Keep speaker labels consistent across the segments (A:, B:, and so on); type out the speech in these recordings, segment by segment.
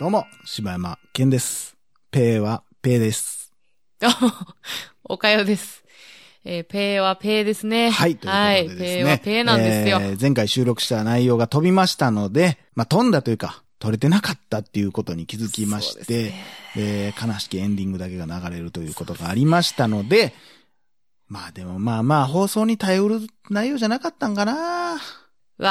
A: どうも、柴山健です。ペーはペーです。
B: どうも おかよです。えーペーはペーですね。
A: はい、ということでですね。
B: はい、ペーはペーなんですよ。
A: えー前回収録した内容が飛びましたので、まあ、飛んだというか、取れてなかったっていうことに気づきまし
B: そ
A: て、
B: うですね
A: えー悲しきエンディングだけが流れるということがありましたので、まあでもまあまあ放送に頼る内容じゃなかったんかな
B: わー、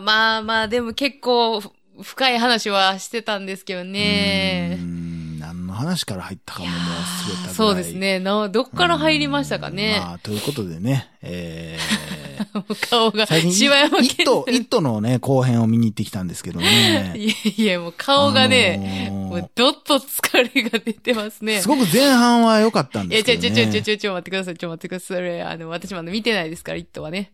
B: まあまあ、でも結構ふ深い話はしてたんですけどね
A: うー。ん何の話から入ったかももう忘れたぐらい。
B: そうです。ね。などっから入りましたかね。
A: まあ、ということでね、えー、
B: 顔 が、
A: 最近、
B: 芝山
A: イット、イットのね、後編を見に行ってきたんですけどね。
B: いやいや、もう顔がね、
A: あのー
B: もうどっと疲れが出てますね。
A: すごく前半は良かったん
B: い
A: です
B: や、ち
A: け
B: ょ
A: ど、
B: ち
A: ね。
B: ょちょちょちょちょ、待ってください、ちょ待ってください。それ、あの、私まだ見てないですから、イットはね。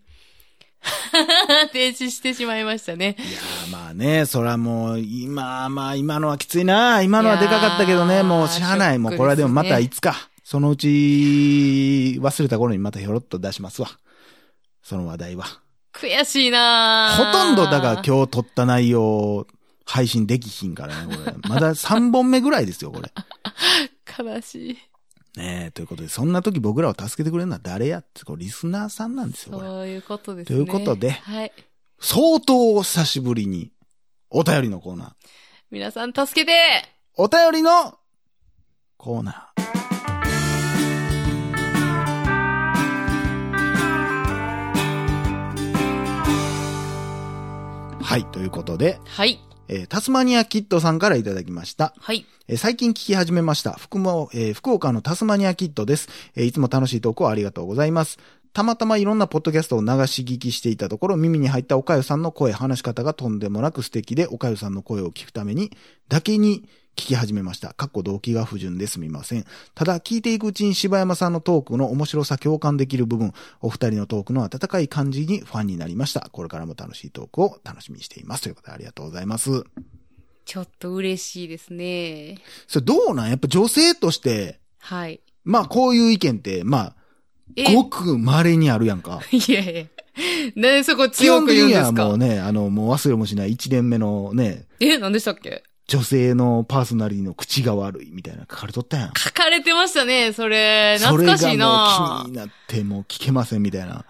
B: 停止してしまいましたね。
A: いやーまあね、そらもう、今、まあ今のはきついな。今のはでかかったけど
B: いや
A: ね、
B: ー
A: もうしゃあない。
B: ショック
A: もうこれはでもまた
B: ですね
A: いつか、そのうち、忘れた頃にまたひょろっと出しますわ。その話題は。
B: 悔しいな
A: ほとんどだから
B: 日。
A: 今日撮った内容、配信できひんからね、これ。まだ3本目ぐらいですよ、これ。
B: 悲しい。
A: ねえ、ということで、そんな時僕らを助けてくれるのは誰やって、こうリスナーさんなんですよ、これ。
B: そういうことです
A: と
B: ね。
A: いうことで
B: はい。
A: 相当お久しぶりに、お便りのコーナー。
B: 皆さん助けて
A: お便りのコーナー。はい、ということで、
B: はい。
A: えータスマニアキッドさんからいただきました。
B: はい。
A: えー最近聞き始めました。福も、えー福岡のタスマニアキッドです。えーいつも楽しいトークをありがとうございます。たまたまいろんなポッドキャストを流し聞きしていたところ、耳に入ったおかよさんの声、話し方がとんでもなく素敵で、おかよさんの声を聞くために、だけに聞き始めました。かっこ動機が不純ですみません。ただ、聞いていくうちに柴山さんのトークの面白さ、共感できる部分、お二人のトークの温かい感じにファンになりました。これからも楽しいトークを楽しみにしています。ということで、ありがとうございます。
B: ちょっと嬉しいですね。
A: それどうなんやっぱ女性として、
B: はい。
A: まあ、こういう意見って、ま
B: え
A: あ、ごく稀にあるやんか。
B: いやいや。なんでそこ
A: 基
B: 強
A: 本
B: く
A: 的
B: 言うん
A: に
B: で
A: は
B: す
A: も
B: か
A: うね、あの、もう忘れもしない1年目のね、
B: え、何でしたっけ
A: 女性のパーソナリティの口が悪いみたいな書かれとったやん。
B: 書かれてましたね、それ。懐かし
A: それ
B: いな
A: がもう気になってもう聞けませんみたい な。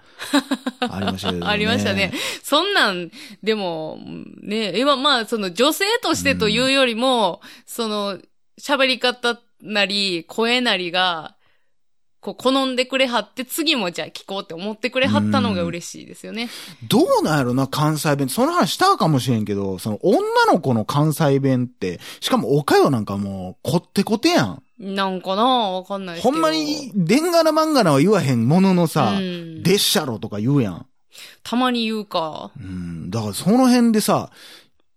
A: ありましたけどね。
B: ありましたね。。そんなん、でも、ね、今、まあ、その女性としてというよりも、その、喋り方なり、声なりが、こう、好んでくれはって、次もじゃあ聞こうって思ってくれはったのが嬉しいですよね。
A: どうなんやろな、関西弁。その話したかもしれんけど、その女の子の関西弁って、しかもおかよなんかもう、こってこてやん。
B: なんかなわかんないですけ
A: ほ
B: ど。
A: んまに、でんがなまんがなは言わへんもののさ、
B: うん
A: でっしゃろとか言うやん。
B: たまに言うか。
A: うん、だからその辺でさ、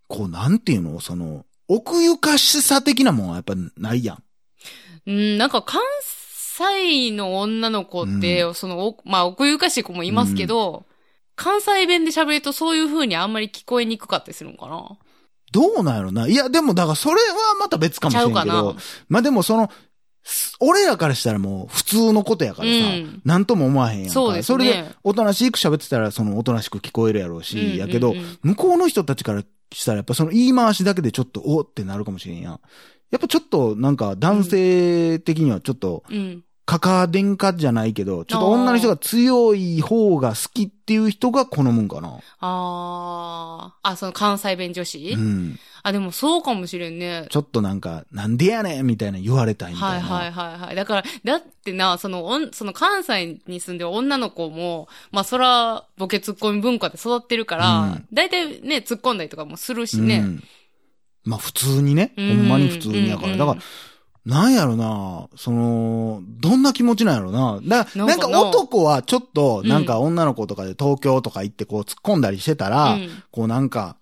A: こうなんていうのその、奥ゆかしさ的なもんはやっぱないやん。
B: うん、なんか関西の女の子って、その、おまあ、奥ゆかしい子もいますけど、関西弁で喋るとそういう風にあんまり聞こえにくかったりするのかな
A: どうなんやろないや、でもだからそれはまた別かもしれん
B: ちゃう
A: け
B: か
A: ど
B: な、
A: まあでもその、す俺らからしたらもう普通のことやからさ、
B: うん
A: なんとも思わへんやんか。
B: そうです
A: れ
B: ね
A: で、おとなしく喋ってたらそのおとなしく聞こえるやろうし、
B: うんうんうん
A: やけど、向こうの人たちからしたらやっぱその言い回しだけでちょっとおってなるかもしれんやん。やっぱちょっとなんか男性的にはちょっと、
B: うん。
A: カカデンカじゃないけど、ちょっと女の人が強い方が好きっていう人が好むんかな。
B: ああ。あ、その関西弁女子、
A: うん。
B: あ、でもそうかもしれんね。
A: ちょっとなんか、なんでやねんみたいな言われたいみた
B: はいい
A: な。
B: はいはいはい。だから、だってな、その、おんその関西に住んでる女の子も、まあそら、ボケツッコミ文化で育ってるから、
A: うん
B: だいたいね、突っ込んだりとかもするし
A: う
B: ね。
A: ん。まあ普通にね。ほ
B: うん
A: んまに普通にやから。
B: うん
A: だから、なんやろな、その、どんな気持ちなんやろな。だから
B: な
A: なんん
B: か
A: か
B: な
A: 男はちょっと、
B: うん
A: なんか女の子とかで東京とか行ってこう突っ込んだりしてたら、
B: うん
A: こうなんか、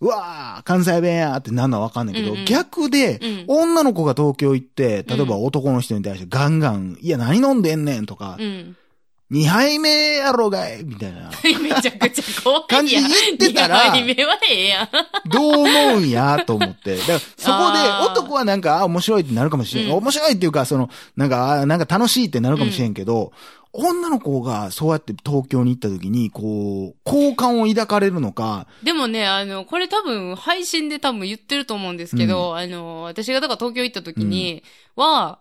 A: うわー、関西弁やーってなんのはわかんないけど、
B: うんうん
A: 逆で、
B: うん
A: 女の子が東京行って、例えば
B: う
A: 男の人に対してガンガン、いや何飲んでんねんとか
B: う、ん。
A: 二、杯目やろがいみたいな。
B: めちゃくちゃ怖いやん。
A: 感じ言ってたら
B: いや夢はええやん。
A: どう思うんやと思って。だから、
B: あ
A: そ
B: ー
A: こで男はなんか、あ、面白いってなるかもしれん。
B: うん
A: 面白いっていうか、その、なんか、あなんか楽しいってなるかもしれんけど、女の子がそうやって東京に行った時に、こう、好感を抱かれるのか、
B: でもね、あの、これ多分、配信で多分言ってると思うんですけど、あの、私がだから東京行った時には、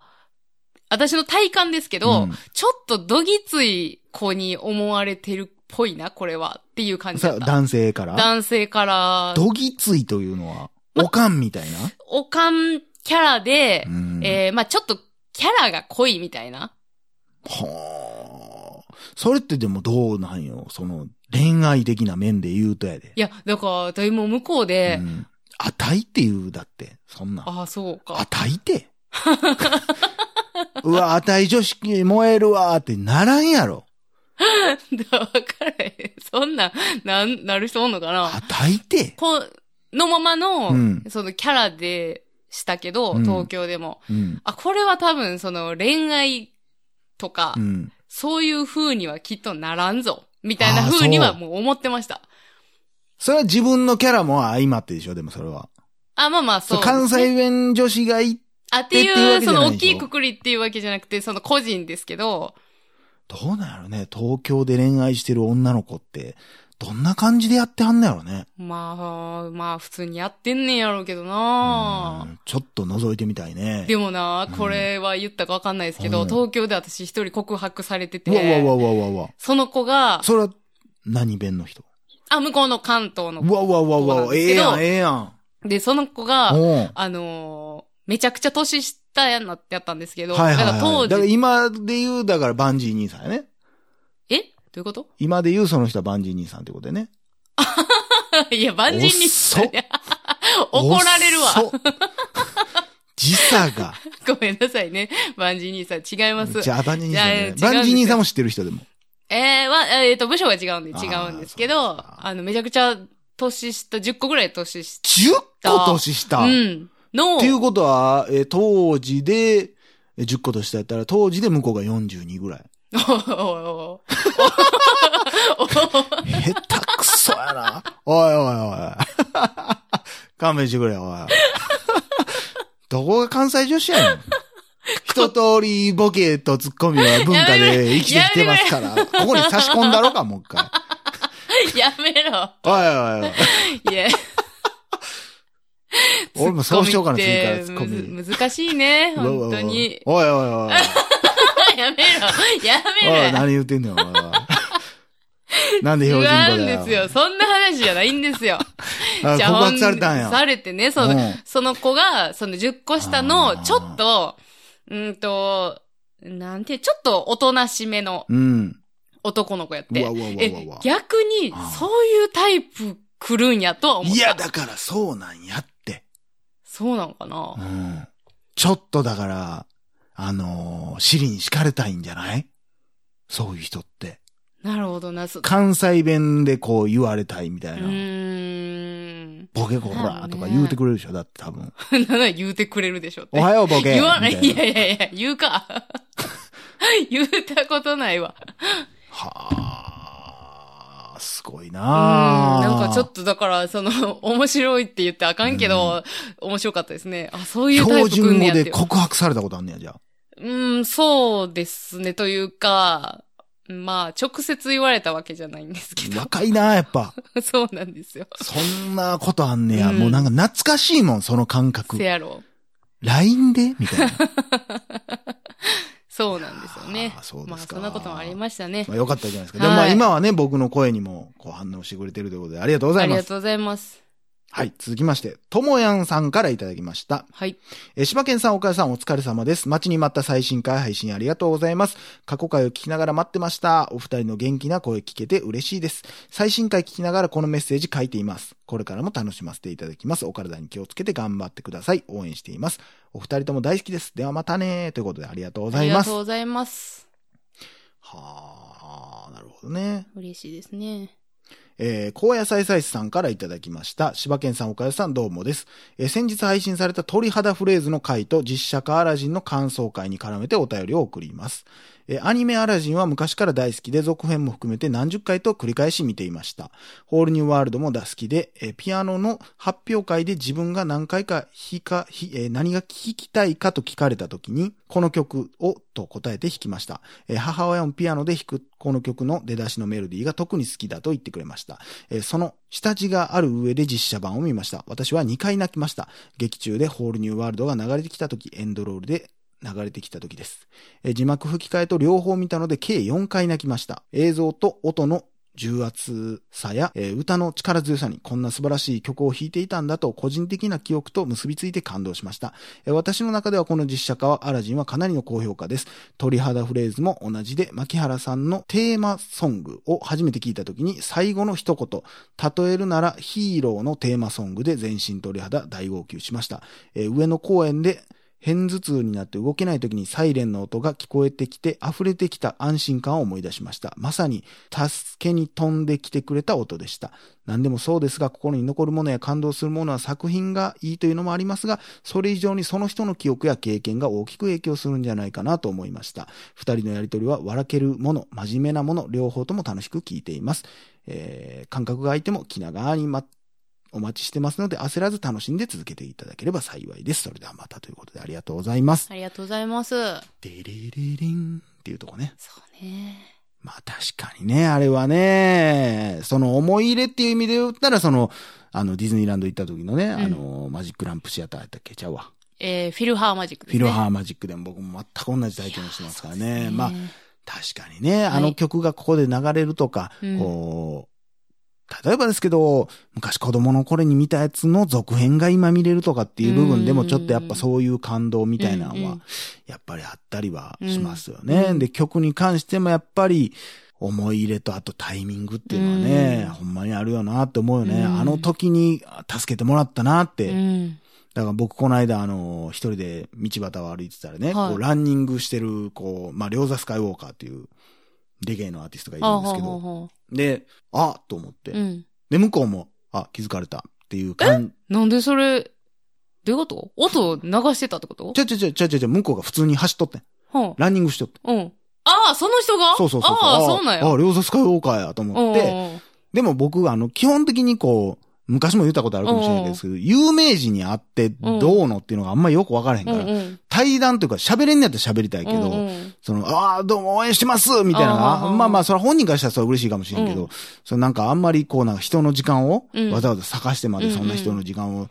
B: 私の体感ですけど、
A: うん
B: ちょっとどぎつい子に思われてるっぽいな、これは。っていう感じだ
A: さ
B: った。
A: 男性から、
B: 男性から、
A: どぎついというのは、おかんみたいな。
B: おかんキャラで、
A: うん
B: えー、まあちょっとキャラが濃いみたいな。
A: はあ。それってでもどうなんよ。その、恋愛的な面で言うとやで。
B: いや、だから、でも向こうで、
A: うん。あたいって言う、だって。そんなん。
B: ああ、そう
A: あ
B: か。
A: たいて。うわ、あたい女子燃えるわーってならんやろ。
B: だからへん、そんな、なん、なる人おんのかな
A: あたいて。
B: このままの、
A: うん
B: そのキャラでしたけど、
A: うん
B: 東京でも。
A: うん。
B: あ、これは多分、その恋愛とか、
A: うん。
B: そういう風にはきっとならんぞ。みたいな
A: あー
B: 風には
A: そう
B: もう思ってました。
A: それは自分のキャラも相まってでしょ、でもそれは。
B: あまあまあ、
A: そ
B: そうう。
A: 関西弁女子がい、
B: あって
A: っていう
B: い
A: わ
B: う、
A: けじゃ
B: そ
A: ない
B: の
A: でしょ
B: 大きいくくりっていうわけじゃなくて、その個人ですけど、
A: どうなんやろね。東京で恋愛してる女の子って、どんな感じでやってはんのやろね。
B: まあ、まあ、普通にやってんねんやろうけど
A: う
B: なん
A: ちょっと覗いてみたいね。
B: でもな、これは言ったかわかんないですけど、
A: うん
B: 東京で私一人告白されてて、
A: わわわわわわ。
B: その子が、
A: それは、何弁の人
B: あ、向こうの関東の
A: うわうわうわう
B: そうなん
A: わ、
B: です
A: ええ
B: けど
A: やん、ええやん。
B: で、その子が、
A: うん
B: あのーめちゃくちゃ年下やなってやったんですけど、
A: はいはい、はい。
B: だから
A: だ
B: 当
A: から
B: 時、
A: 今で言う、だからバンジー兄さんやね。
B: えどういうこと
A: 今で言うその人はバンジー兄さんってことでね。
B: いや、万人に
A: 遅っ
B: 怒られるわ。
A: 遅っ。時差が。
B: ごめんなさいね。万人兄さん、違い ます。
A: じゃあ、バンジー兄さんじゃない
B: いや違うんですよ
A: バンジー兄さんも知ってる人でも。
B: えー、は、えっ、と、部署が違うんで
A: あ
B: 違
A: ー
B: うんですけ
A: そう
B: ど、
A: ですか
B: あの、めちゃくちゃ年下、10個ぐらい年下。
A: 10個年下。
B: う
A: っ
B: ん。の、
A: ていうことは、えー当時で、えー10個年下やったら、当時で向こうが42ぐらい。
B: おおおお
A: 下手くそやな。おいおいおい。勘弁してくれよ、おい。どこが関西女子やねん。一通りボケとツッコミは文化で生きてきてますから、ここに差し込んだろか、もう一回。
B: やめろ。
A: おいおいおい。
B: いや。
A: 俺もそうしようかな、
B: ツ
A: 次からツ
B: ッ
A: ッ
B: コ
A: コ
B: ミって
A: ミ。
B: むず難しいね、
A: うわうわ
B: 本
A: うわ
B: 当に。
A: おいおいおい。
B: やめろ。や
A: おい、
B: めろ。
A: 何言ってんのよ、おいおいなんで
B: 違
A: 標準語
B: うん
A: だよ。
B: ですよ。そんな話じゃないんですよ。
A: あ。
B: じゃあ
A: 告白されたんや。
B: されてね、その、
A: うん
B: その子が、その10個下
A: あ
B: の、
A: ー
B: ちょっと、うんと、なんて、ちょっとおとなしめの
A: うん。
B: 男の子やっ
A: う
B: て
A: わう。わうわう
B: え
A: わうわ、。
B: 逆に
A: あ、ー
B: そういうタイプ来るんやとは思っ
A: い
B: た。
A: や、だからそうなんやって。
B: そうなのかな
A: うん。ちょっとだから、あのー、尻に敷かれたいんじゃないそういう人って。
B: なるほどな。そ
A: 関西弁でこう言われたいみた
B: う
A: いな。
B: ーん。
A: ボケこらとか言うてくれるでしょだって多分。
B: なら言うてくれるでしょって。
A: おはようボケ
B: 言わない。
A: みた
B: い
A: いな
B: やいやいや、言うか。 言うたことないわ。
A: はあ、すごいな
B: うん。
A: あ
B: なんかちょっとだから、その、 面白いって言ってあかんけど、面白かったですね。あ、そういうタ
A: 標
B: イプく
A: 準
B: んね
A: 語
B: やって
A: で。告白されたことあんねや、じゃ あ。
B: うん、そうですね。というか、まあ、直接言われたわけじゃないんですけど。
A: 若いなやっぱ。
B: そうなんですよ。
A: そんなことあんねや。
B: うん
A: もうなんか懐かしいもん、その感覚
B: せ。やろ。
A: LINE でみたいな。
B: そうなんですよね
A: あー。そうですか
B: まあ、そんなこともありましたね
A: ま。あ、よかったじゃないですか。でもまあ
B: はい
A: 今はね、僕の声にもこう反応してくれてるということでありがとうござ
B: あ
A: い
B: り
A: ま
B: が
A: す。
B: とうございます。
A: はい。続きまして、ともやんさんからいただきました。
B: はい。
A: えー、柴犬さん、岡田さん、お疲れ様です。待ちに待った最新回配信ありがとうございます。過去回を聞きながら待ってました。お二人の元気な声聞けて嬉しいです。最新回聞きながらこのメッセージ書いています。これからも楽しませていただきます。お体に気をつけて頑張ってください。応援しています。お二人とも大好きです。ではまたねということでありがとうご
B: あ
A: ざい
B: りが
A: ます。
B: とう
A: は
B: ございます。
A: あ、なるほどね。
B: 嬉しいですね。
A: えー、高野菜採さんからいただきました。柴犬さん、岡谷さん、どうもです。えー、先日配信された鳥肌フレーズの回と実写化アラジンの感想会に絡めてお便りを送ります。えーアニメアラジンは昔から大好きで、続編も含めて何十回と繰り返し見ていました。ホールニューワールドも大好きで、えーピアノの発表会で自分が何回か弾か、ひえー何が弾きたいかと聞かれた時に、この曲をと答えて弾きました。えー母親もピアノで弾くこの曲の出だしのメロディーが特に好きだと言ってくれました。えーその下地がある上で実写版を見ました。私は2回泣きました。劇中でホールニューワールドが流れてきた時、エンドロールで流れてきた時です。えー字幕吹き替えと両方見たので計4回泣きました。映像と音の重圧さや、えー歌の力強さにこんな素晴らしい曲を弾いていたんだと個人的な記憶と結びついて感動しました。えー私の中ではこの実写化はアラジンはかなりの高評価です。鳥肌フレーズも同じで、牧原さんのテーマソングを初めて聞いた時に最後の一言、例えるならヒーローのテーマソングで全身鳥肌大号泣しました。えー上野公園で偏頭痛になって動けない時にサイレンの音が聞こえてきて溢れてきた安心感を思い出しました。まさに助けに飛んできてくれた音でした。何でもそうですが、心に残るものや感動するものは作品がいいというのもありますが、それ以上にその人の記憶や経験が大きく影響するんじゃないかなと思いました。二人のやりとりは笑けるもの、真面目なもの、両方とも楽しく聞いています。えー、感覚が空いても気長にまお待ちしてますので、焦らず楽しんで続けていただければ幸いです。それではまたということでありがとうございます。
B: ありがとうございます。
A: デリリリンっていうとこね。
B: そうね。
A: まあ確かにね、あれはね、その思い入れっていう意味で言ったら、その、あの、ディズニーランド行った時のね、あの、マジックランプシアターやったっけちゃうわ。
B: えー、フィルハーマジックで
A: フ
B: す
A: ィ
B: ね。
A: ルハーマジックでも僕も全く同じ体験をしてますから
B: いやー
A: ね。
B: そうです
A: まあ確かにね、あの曲がここで流れるとか、
B: うん
A: こう、例えばですけど、昔子供の頃に見たやつの続編が今見れるとかっていう部分でも
B: うん
A: ちょっとやっぱそういう感動みたいな
B: うん
A: の
B: う
A: は
B: ん、
A: やっぱりあったりはしますよね。
B: うん
A: で、曲に関してもやっぱり、思い入れとあとタイミングっていうのはね、
B: うん
A: ほんまにあるよなって思うよね。
B: うん
A: あの時にあ助けてもらったなって。
B: うん。
A: だから僕この間あの、一人で道端を歩いてたらね、
B: はい
A: こうランニングしてる、こう、まあ、両座スカイウォーカーっていう、レゲエのアーティストがい
B: あ
A: る
B: あ、
A: んです
B: ほう
A: け
B: ほ
A: ど、
B: うほ
A: で、あと思って、
B: う。うん。
A: で、向こうも、あ、気づかれたっていう感
B: なんでそれ、どういうこと音流してたってこと
A: じ、ちょちょちょちょちょちょ、向こうが普通に走っとってん。
B: は
A: ランニングしとってん。
B: あ、うん。ああ、その人が
A: そうそうそうそう。
B: ああ、そうなんや。
A: あ、両座スカイウォーカーやと思って、
B: うん
A: でも僕はあの、基本的にこう、昔も言ったことあるかもしれないですけど、有名人に会ってどうのっていうのがあんまよくわからへんか
B: うん
A: ら、
B: うん。
A: 対談というか喋れんのやったら喋りたいけ
B: う
A: ど
B: ん、うん
A: その、ああ、どうも応援してますみたいなのが
B: あー
A: まあまあ、それは本人からしたらそれ嬉しいかもしれんけど、
B: う
A: そのなんかあんまりこう、なんか人の時間を
B: うん
A: わざわざ探してま
B: う
A: で
B: んうん
A: そんな人の時間を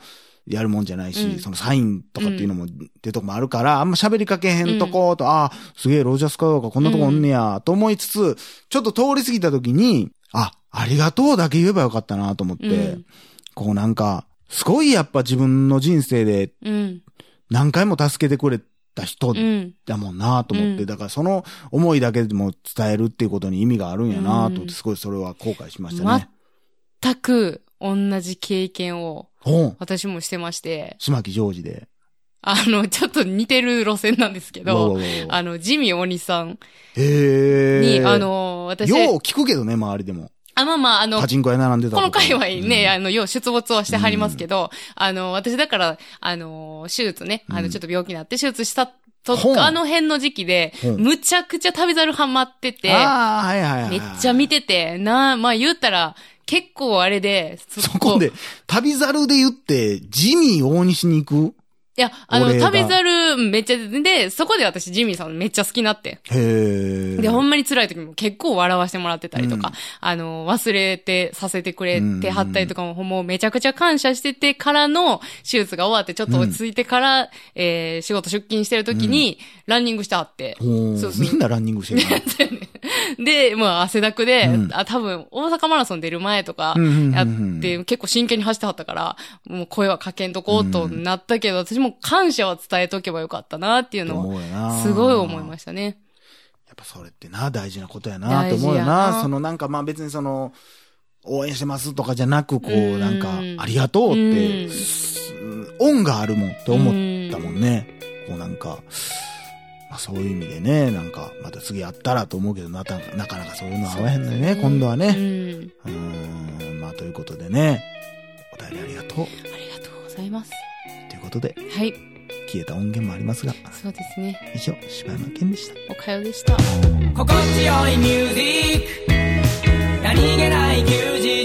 A: やるもんじゃないし、
B: うん
A: そのサインとかっていうのも、ってとこもあるから、あんま喋りかけへんとこと、ああ、すげえロジャースカウかこんなとこおんねや、と思いつつ、ちょっと通り過ぎた時に、あ、ありがとうだけ言えばよかったなと思って、
B: うん
A: こうなんか、すごいやっぱ自分の人生で
B: うん。
A: 何回も助けてくれた人
B: うん。
A: だもんなと思って、
B: うん
A: だからその思いだけでも伝えるっていうことに意味があるんやなと思っ
B: うん
A: て、すごいそれは後悔しましたね。
B: 全く同じ経験を
A: ほう
B: 私もしてまして、
A: 島木ジョージで。
B: あの、ちょっと似てる路線なんですけ
A: わわわ
B: ど、
A: わ
B: あの、ジミー鬼さん
A: へ
B: に、
A: え。
B: あ、の、私、
A: よう聞くけどね、周りでも。
B: あ、まあまあ、あの
A: パ、チンコ屋並んでた
B: ことの
A: か
B: 界隈ね、
A: うん
B: あの、よう出没はしてはりますけど、あの、私だから、あの、手術ね、あ
A: うん
B: の、ちょっと病気になって手術したと
A: ほう、
B: あの辺の時期で、
A: ほう
B: むちゃくちゃ旅猿ハマってて、
A: ああ、はいはいはい。
B: めっちゃ見てて、なあ、まあ言ったら、結構あれで、そ
A: そこで、旅猿で言って、ジミー大西に行く
B: いや、あの、
A: 俺が
B: 旅猿めっちゃ、で、そこで私、ジミーさんめっちゃ好きになって。
A: へえ。
B: で、ほ
A: ま
B: んまに辛い時も結構笑わせてもらってたりとか、
A: うん
B: あの、忘れてさせてくれてはったりとかも、ほんもうめちゃくちゃ感謝しててからの、手術が終わってちょっと落ち着いてから、えー、仕事出勤してる時に、ランニングしてはって。 そうそう
A: みんなランニング してる
B: で、まあ汗だくで、
A: うん
B: あ、多分、大阪マラソン出る前とか、
A: な。や
B: やって、結構真剣に走ってはったから、もう声はかけんとこうとなったけど、私も感謝は伝えとけばよかったなっていうのを、すごい思い
A: した
B: ましたね。
A: やっぱそれってな、大事なことやなと思うよ
B: 大事
A: な。
B: やな
A: そのなんかまあ別にその、応援してますとかじゃなく、こ
B: う
A: う、
B: ん
A: なんか、ありがとうって、
B: うん
A: す恩があるもんって思ったもんね。こうなんか、まあそういう意味でね、なんか、また次やったらと思うけど、なたなかなかそういうのは合わへんのよね、
B: うん
A: 今度は
B: う
A: ね。
B: ん。
A: うーん、まあということでね、お便りありがとう。
B: ありがとうございます。
A: ということで、
B: はい。
A: 消えた音源もありますが、
B: そうですね。
A: 以上、柴山健でした。
B: おかよでした。
C: 心地よいミュージック何気ない休日